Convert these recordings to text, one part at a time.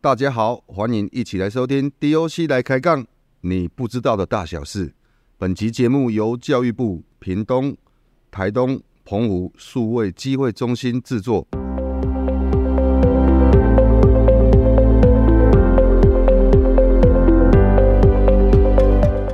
大家好，欢迎一起来收听 DOC 来开杠，你不知道的大小事。本集节目由教育部屏东、台东、澎湖数位机会中心制作。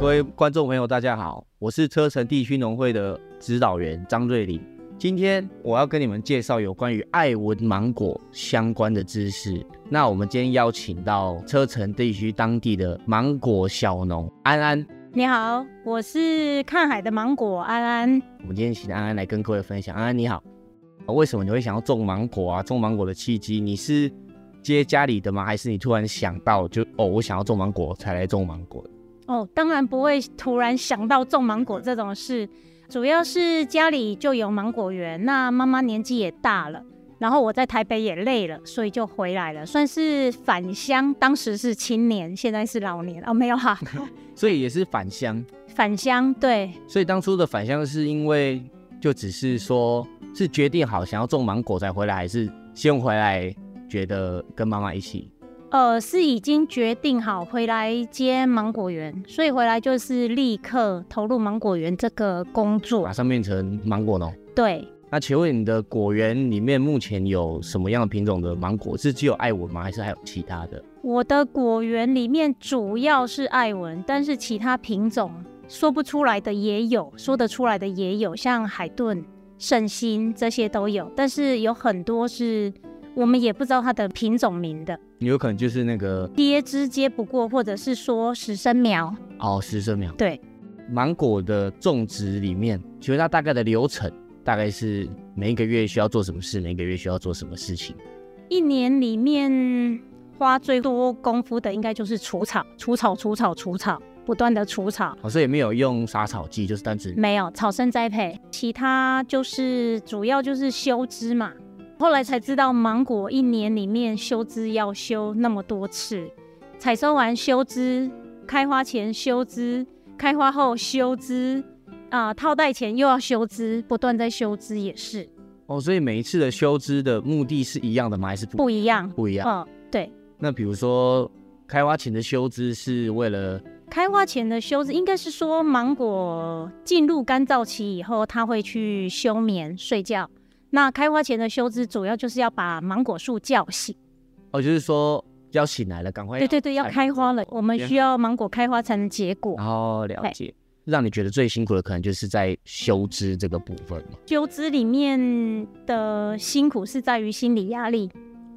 各位观众朋友，大家好，我是车城地区农会的指导员张瑞林。今天我要跟你们介绍有关于爱文芒果相关的知识。那我们今天邀请到车城地区当地的芒果小农安安，你好，我是看海的芒果安安。我们今天请安安来跟各位分享。安安你好，呃为什么你会想要种芒果啊？种芒果的契机，你是接家里的吗？还是你突然想到就哦，我想要种芒果才来种芒果？哦，当然不会突然想到种芒果这种事，主要是家里就有芒果园，那妈妈年纪也大了，然后我在台北也累了，所以就回来了，算是返乡。当时是青年，现在是老年哦，没有哈，所以也是返乡。返乡对，所以当初的返乡是因为就只是说是决定好想要种芒果才回来，还是先回来觉得跟妈妈一起？呃，是已经决定好回来接芒果园，所以回来就是立刻投入芒果园这个工作马。上变成芒果农？对，那请问你的果园里面目前有什么样的品种的芒果？是只有爱文吗？还是还有其他的？我的果园里面主要是艾文，但是其他品种说不出来的也有，说得出来的也有，像海顿、圣心这些都有，但是有很多是我们也不知道它的品种名的，有可能就是那个接枝接不过，或者是说十生苗。哦，十生苗。对，芒果的种植里面，请问它大概的流程大概是每一个月需要做什么事，每一个月需要做什么事情？一年里面花最多功夫的应该就是除草，除草，除草，除草，不断的除草。好、哦，所以没有用杀草剂，就是单纯没有草生栽培，其他就是主要就是修枝嘛。后来才知道，芒果一年里面修枝要修那么多次，采收完修枝，开花前修枝，开花后修枝，啊、套袋前又要修枝，不断在修枝也是哦，所以每一次的修枝的目的是一样的吗？还是不不一样。不一样？嗯，对，那比如说开花前的修枝是为了开花前的修枝应该是说芒果进入干燥期以后，它会去休眠睡觉。那开花前的修枝主要就是要把芒果树叫醒。哦，就是说要醒来了，赶快对对对，要哎开花了，我们需要芒果开花才能结果。然后了解。让你觉得最辛苦的，可能就是在修枝这个部分嘛，修枝里面的辛苦是在于心理压力，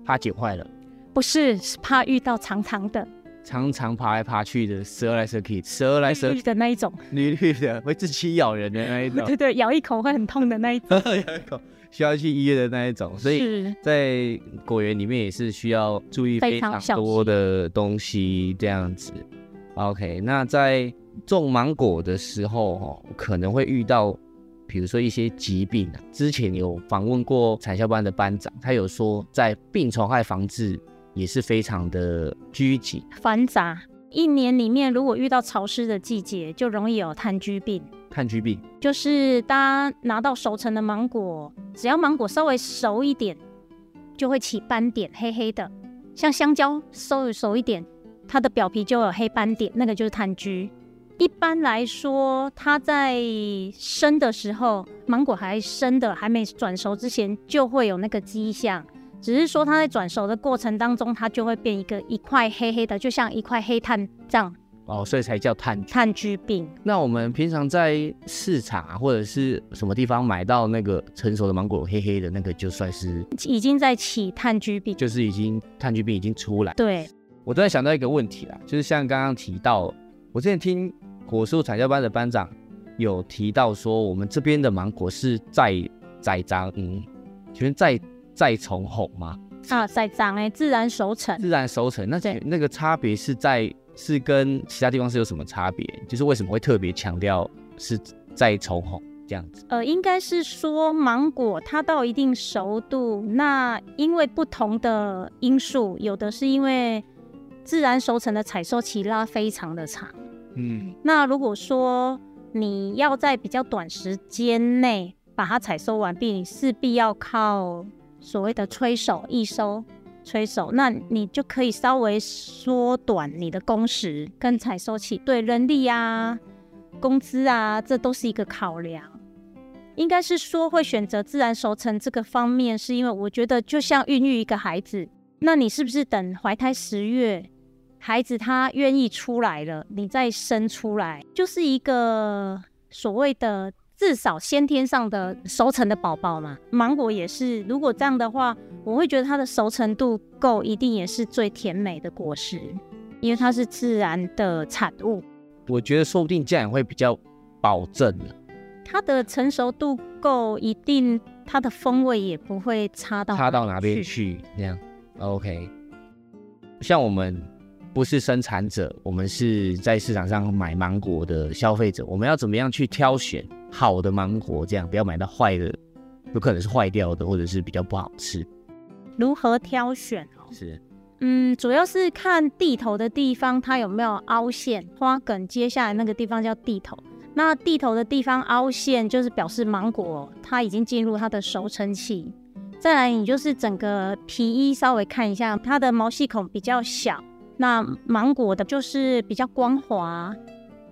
怕剪坏了，不是是怕遇到长长的常常爬来爬去的，蛇来蛇去，蛇来蛇绿的那一种，绿绿的，会自欺咬人的那一种 对，对，咬一口会很痛的那一种。有一口需要去医院的那一种，所以是在果园里面也是需要注意非非常常小多的东西，这样子。OK，那在种芒果的时候，哦，可能会遇到，比如说一些疾病啊。之前有访问过产销班的班长，他有说在病虫害防治也是非常的拘谨。繁杂，一年里面如果遇到潮湿的季节，就容易有炭疽病。炭疽病就是大家拿到熟成的芒果，只要芒果稍微熟一点，就会起斑点，黑黑的。像香蕉稍微熟一点，它的表皮就有黑斑点，那个就是炭疽。一般来说，它在生的时候，芒果还生的还没转熟之前，就会有那个迹象。只是说它在转熟的过程当中，它就会变一个一块黑黑的，就像一块黑炭这样，哦，所以才叫炭疽。炭疽病。那我们平常在市场啊，或者是什么地方买到那个成熟的芒果，黑黑的那个，就算是已经在起炭疽病。就是已经炭疽病已经出来。对，我突然想到一个问题啦，就是像刚刚提到，我之前听果树产销班的班长有提到说，我们这边的芒果是再栽赃，嗯，请问再再重红吗？啊，栽赃哎，自然熟成。自然熟成，那对那个差别是在是跟其他地方是有什么差别？就是为什么会特别强调是再重红这样子？呃，应该是说芒果它到一定熟度，那因为不同的因素，有的是因为自然熟成的采收期拉非常的长。嗯，那如果说你要在比较短时间内把它采收完毕，你势必要靠所谓的催熟、易收催熟，那你就可以稍微缩短你的工时跟采收期，对人力啊、工资啊，这都是一个考量。应该是说会选择自然熟成这个方面，是因为我觉得就像孕育一个孩子，那你是不是等怀胎十月，孩子他愿意出来了，你再生出来，就是一个所谓的至少先天上的熟成的宝宝嘛。芒果也是，如果这样的话，我会觉得它的熟成度够，一定也是最甜美的果实，因为它是自然的产物。我觉得说不定这样也会比较保证了。它的成熟度够，一定它的风味也不会差到差到哪边去？这样，OK。像我们不是生产者，我们是在市场上买芒果的消费者，我们要怎么样去挑选好的芒果？这样不要买到坏的，有可能是坏掉的，或者是比较不好吃。如何挑选哦？是，嗯，主要是看地头的地方，它有没有凹陷花梗，接下来那个地方叫地头。那地头的地方凹陷，就是表示芒果它已经进入它的熟成期。再来，你就是整个皮衣稍微看一下，它的毛细孔比较小，那芒果的就是比较光滑，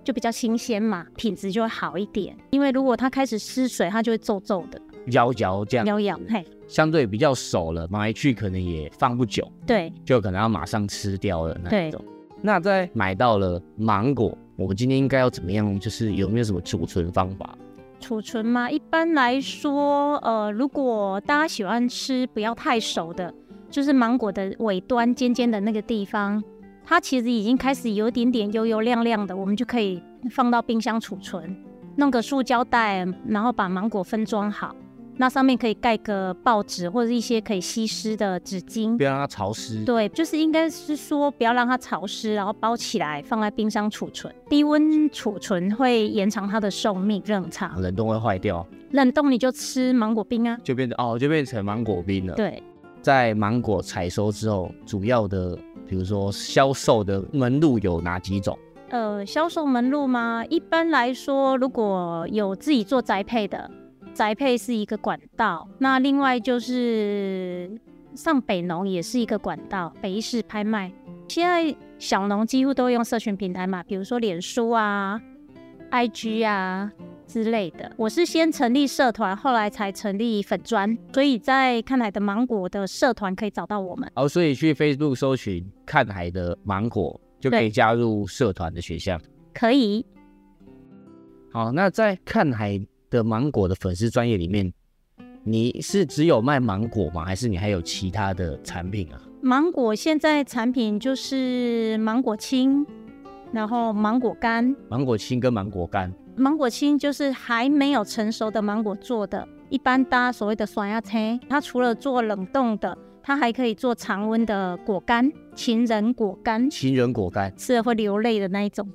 就比较新鲜嘛，品质就会好一点。因为如果它开始失水，它就会皱皱的、摇摇这样，痒痒。嘿，相对比较熟了，买去可能也放不久，对就可能要马上吃掉了那一对种。那在买到了芒果，我们今天应该要怎么样？就是有没有什么储存方法？储存嘛，一般来说，呃，如果大家喜欢吃不要太熟的，就是芒果的尾端尖尖的那个地方，它其实已经开始有一点点油油亮亮的，我们就可以放到冰箱储存，弄个塑胶袋，然后把芒果分装好，那上面可以盖个报纸或者一些可以吸湿的纸巾不。要让它潮湿。对，就是应该是说不要让它潮湿，然后包起来放在冰箱储存，低温储存会延长它的寿命，这很长。冷冻会坏掉，啊冷冻你就吃芒果冰啊。就变成哦，就变成芒果冰了。，对，在芒果采收之后，主要的比如说销售的门路有哪几种？呃，销售门路嘛，一般来说，如果有自己做宅配的，宅配是一个管道，那另外就是上北农也是一个管道，北一市拍卖。现在小农几乎都用社群平台嘛，比如说脸书啊、IG 啊之类的。我是先成立社团，后来才成立粉砖，所以在看来的芒果的社团可以找到我们。哦，所以去 Facebook 搜寻看海的芒果，就可以对加入社团的选项。可以，好，那在看海的芒果的粉丝专业里面，你是只有卖芒果吗？还是你还有其他的产品啊？芒果现在产品就是芒果青，然后芒果干。芒果青跟芒果干，芒果青就是还没有成熟的芒果做的，一般搭所谓的酸鸭青，它除了做冷冻的，它还可以做常温的果干，情人果干，情人果干，吃了会流泪的那一种，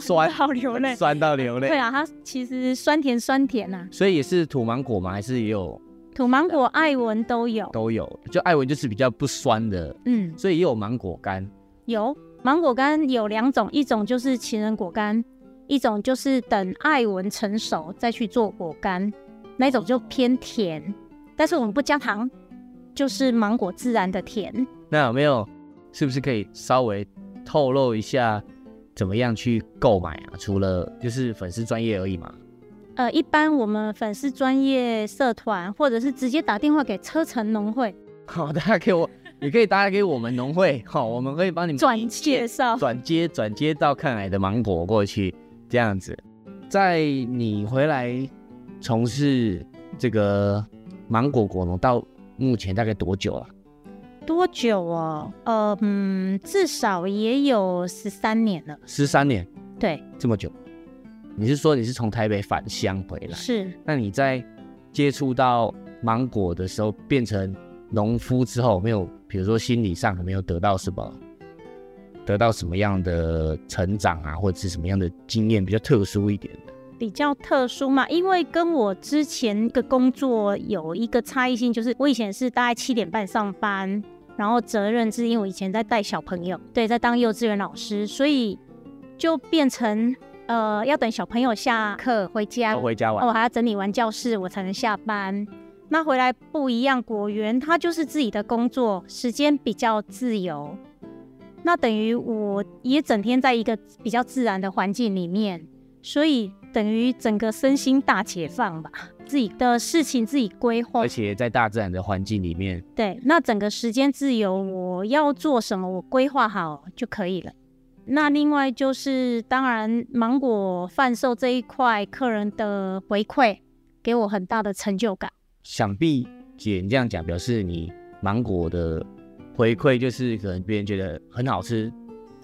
酸好流泪。哎酸到流对泪。啊，它其实酸甜酸甜啊，所以也是土芒果吗？还是也有土芒果、艾文都有。都有？就艾文就是比较不酸的，嗯，所以也有芒果干。有芒果干有两种，一种就是情人果干，一种就是等艾文成熟再去做果干，那种就偏甜，但是我们不加糖，就是芒果自然的甜。那有没有是不是可以稍微透露一下怎么样去购买啊？除了就是粉丝专业而已嘛。 呃，一般我们粉丝专业社团，或者是直接打电话给车城农会好，大家给我，也可以打给我们农会， 好，我们可以帮你们转哦介绍。转接转接到看来的芒果过去，这样子。在你回来从事这个芒果果农到目前大概多久了、多久哦？呃，嗯，至少也有十三年了。十三年，对，这么久。你是说你是从台北返乡回来？是那你在接触到芒果的时候，变成农夫之后，有没有比如说心理上有没有得到什么，得到什么样的成长啊，或者是什么样的经验比较特殊一点的？比较特殊嘛，因为跟我之前的工作有一个差异性，就是我以前是大概七点半上班，然后责任是因为我以前在带小朋友，对，在当幼稚园老师，所以就变成呃要等小朋友下课回家，哦回家玩，哦哦，我还要整理完教室我才能下班，那回来不一样，果园它就是自己的工作，时间比较自由。那等于我也整天在一个比较自然的环境里面，所以等于整个身心大解放吧，自己的事情自己规划而。且在大自然的环境里面，对，那整个时间自由，我要做什么，我规划好就可以了。那另外就是，当然芒果贩售这一块，客人的回馈给我很大的成就感。想必姐你这样讲，表示你芒果的回馈就是可能别人觉得很好吃，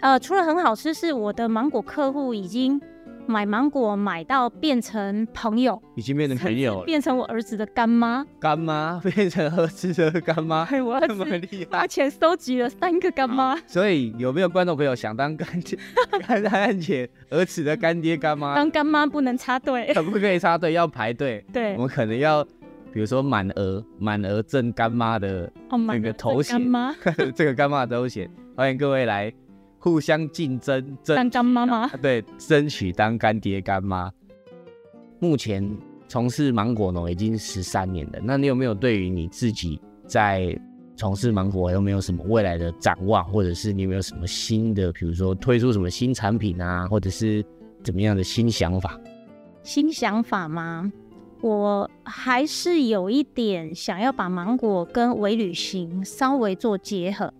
呃，除了很好吃，是我的芒果客户已经买芒果买到变成朋友，已经变成朋友了，变成我儿子的干妈。 干妈变成合适的干妈， 哎，我儿这么子厉害花。钱收集了三个干妈，所以有没有观众朋友想当干爹、 干干姐、儿子的干爹干妈？当干妈不能插队。可不可以插队？要排队，对我，们可能要，比如说满额满额赠干妈的 哦，买那个了头这干衔妈这个干妈的头衔，欢迎各位来互相竞争，争当干 妈妈。对，争取当干爹干妈。目前从事芒果农已经十三年了，那你有没有对于你自己在从事芒果有没有什么未来的展望，或者是你有没有什么新的，比如说推出什么新产品啊，或者是怎么样的新想法？新想法吗？我还是有一点想要把芒果跟微旅行稍微做结合，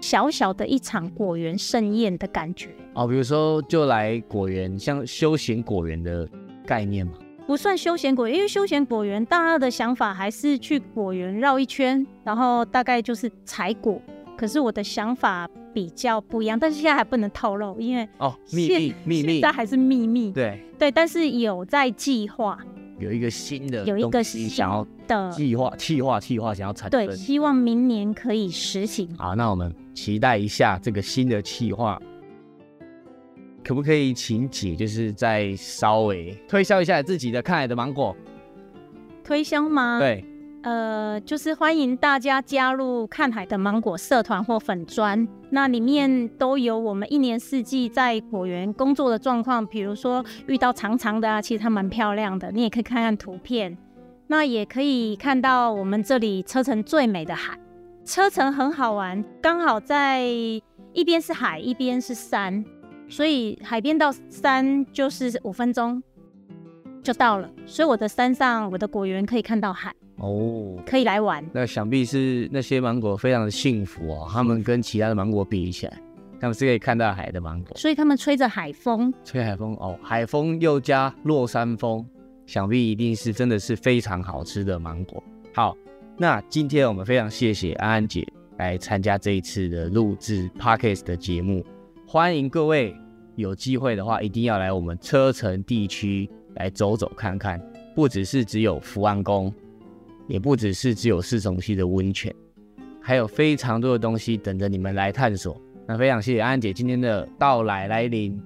小小的一场果园盛宴的感觉，哦，比如说就来果园，像休闲果园的概念嘛。不算休闲果园，因为休闲果园大二的想法还是去果园绕一圈，然后大概就是采果。可是我的想法比较不一样，但是现在还不能透露，因为哦，秘现密秘密现在，还是秘密。对，对，但是有在计划有一个新的有一个东西新想要的，计划、计划、计划，想要产对，生。希望明年可以实行。好，那我们期待一下这个新的企划，可不可以请姐就是再稍微推销一下自己的看海的芒果？推销吗？对，呃，就是欢迎大家加入看海的芒果社团或粉砖，那里面都有我们一年四季在果园工作的状况，比如说遇到长长的啊，其实它蛮漂亮的，你也可以看看图片，那也可以看到我们这里车城最美的海，车城很好玩，刚好在一边是海，一边是山，所以海边到山就是五分钟就到了，所以我的山上我的果园可以看到海。哦，可以来玩。那想必是那些芒果非常的幸福哦，他们跟其他的芒果比起来，他们是可以看到海的芒果，所以他们吹着海风，吹海风哦，海风又加落山风，想必一定是真的是非常好吃的芒果。好，那今天我们非常谢谢安安姐来参加这一次的录制 Podcast 的节目，欢迎各位有机会的话一定要来我们车城地区来走走看看，不只是只有福安宫，也不只是只有市中心的温泉，还有非常多的东西等着你们来探索。那非常谢谢安安姐今天的到来来临，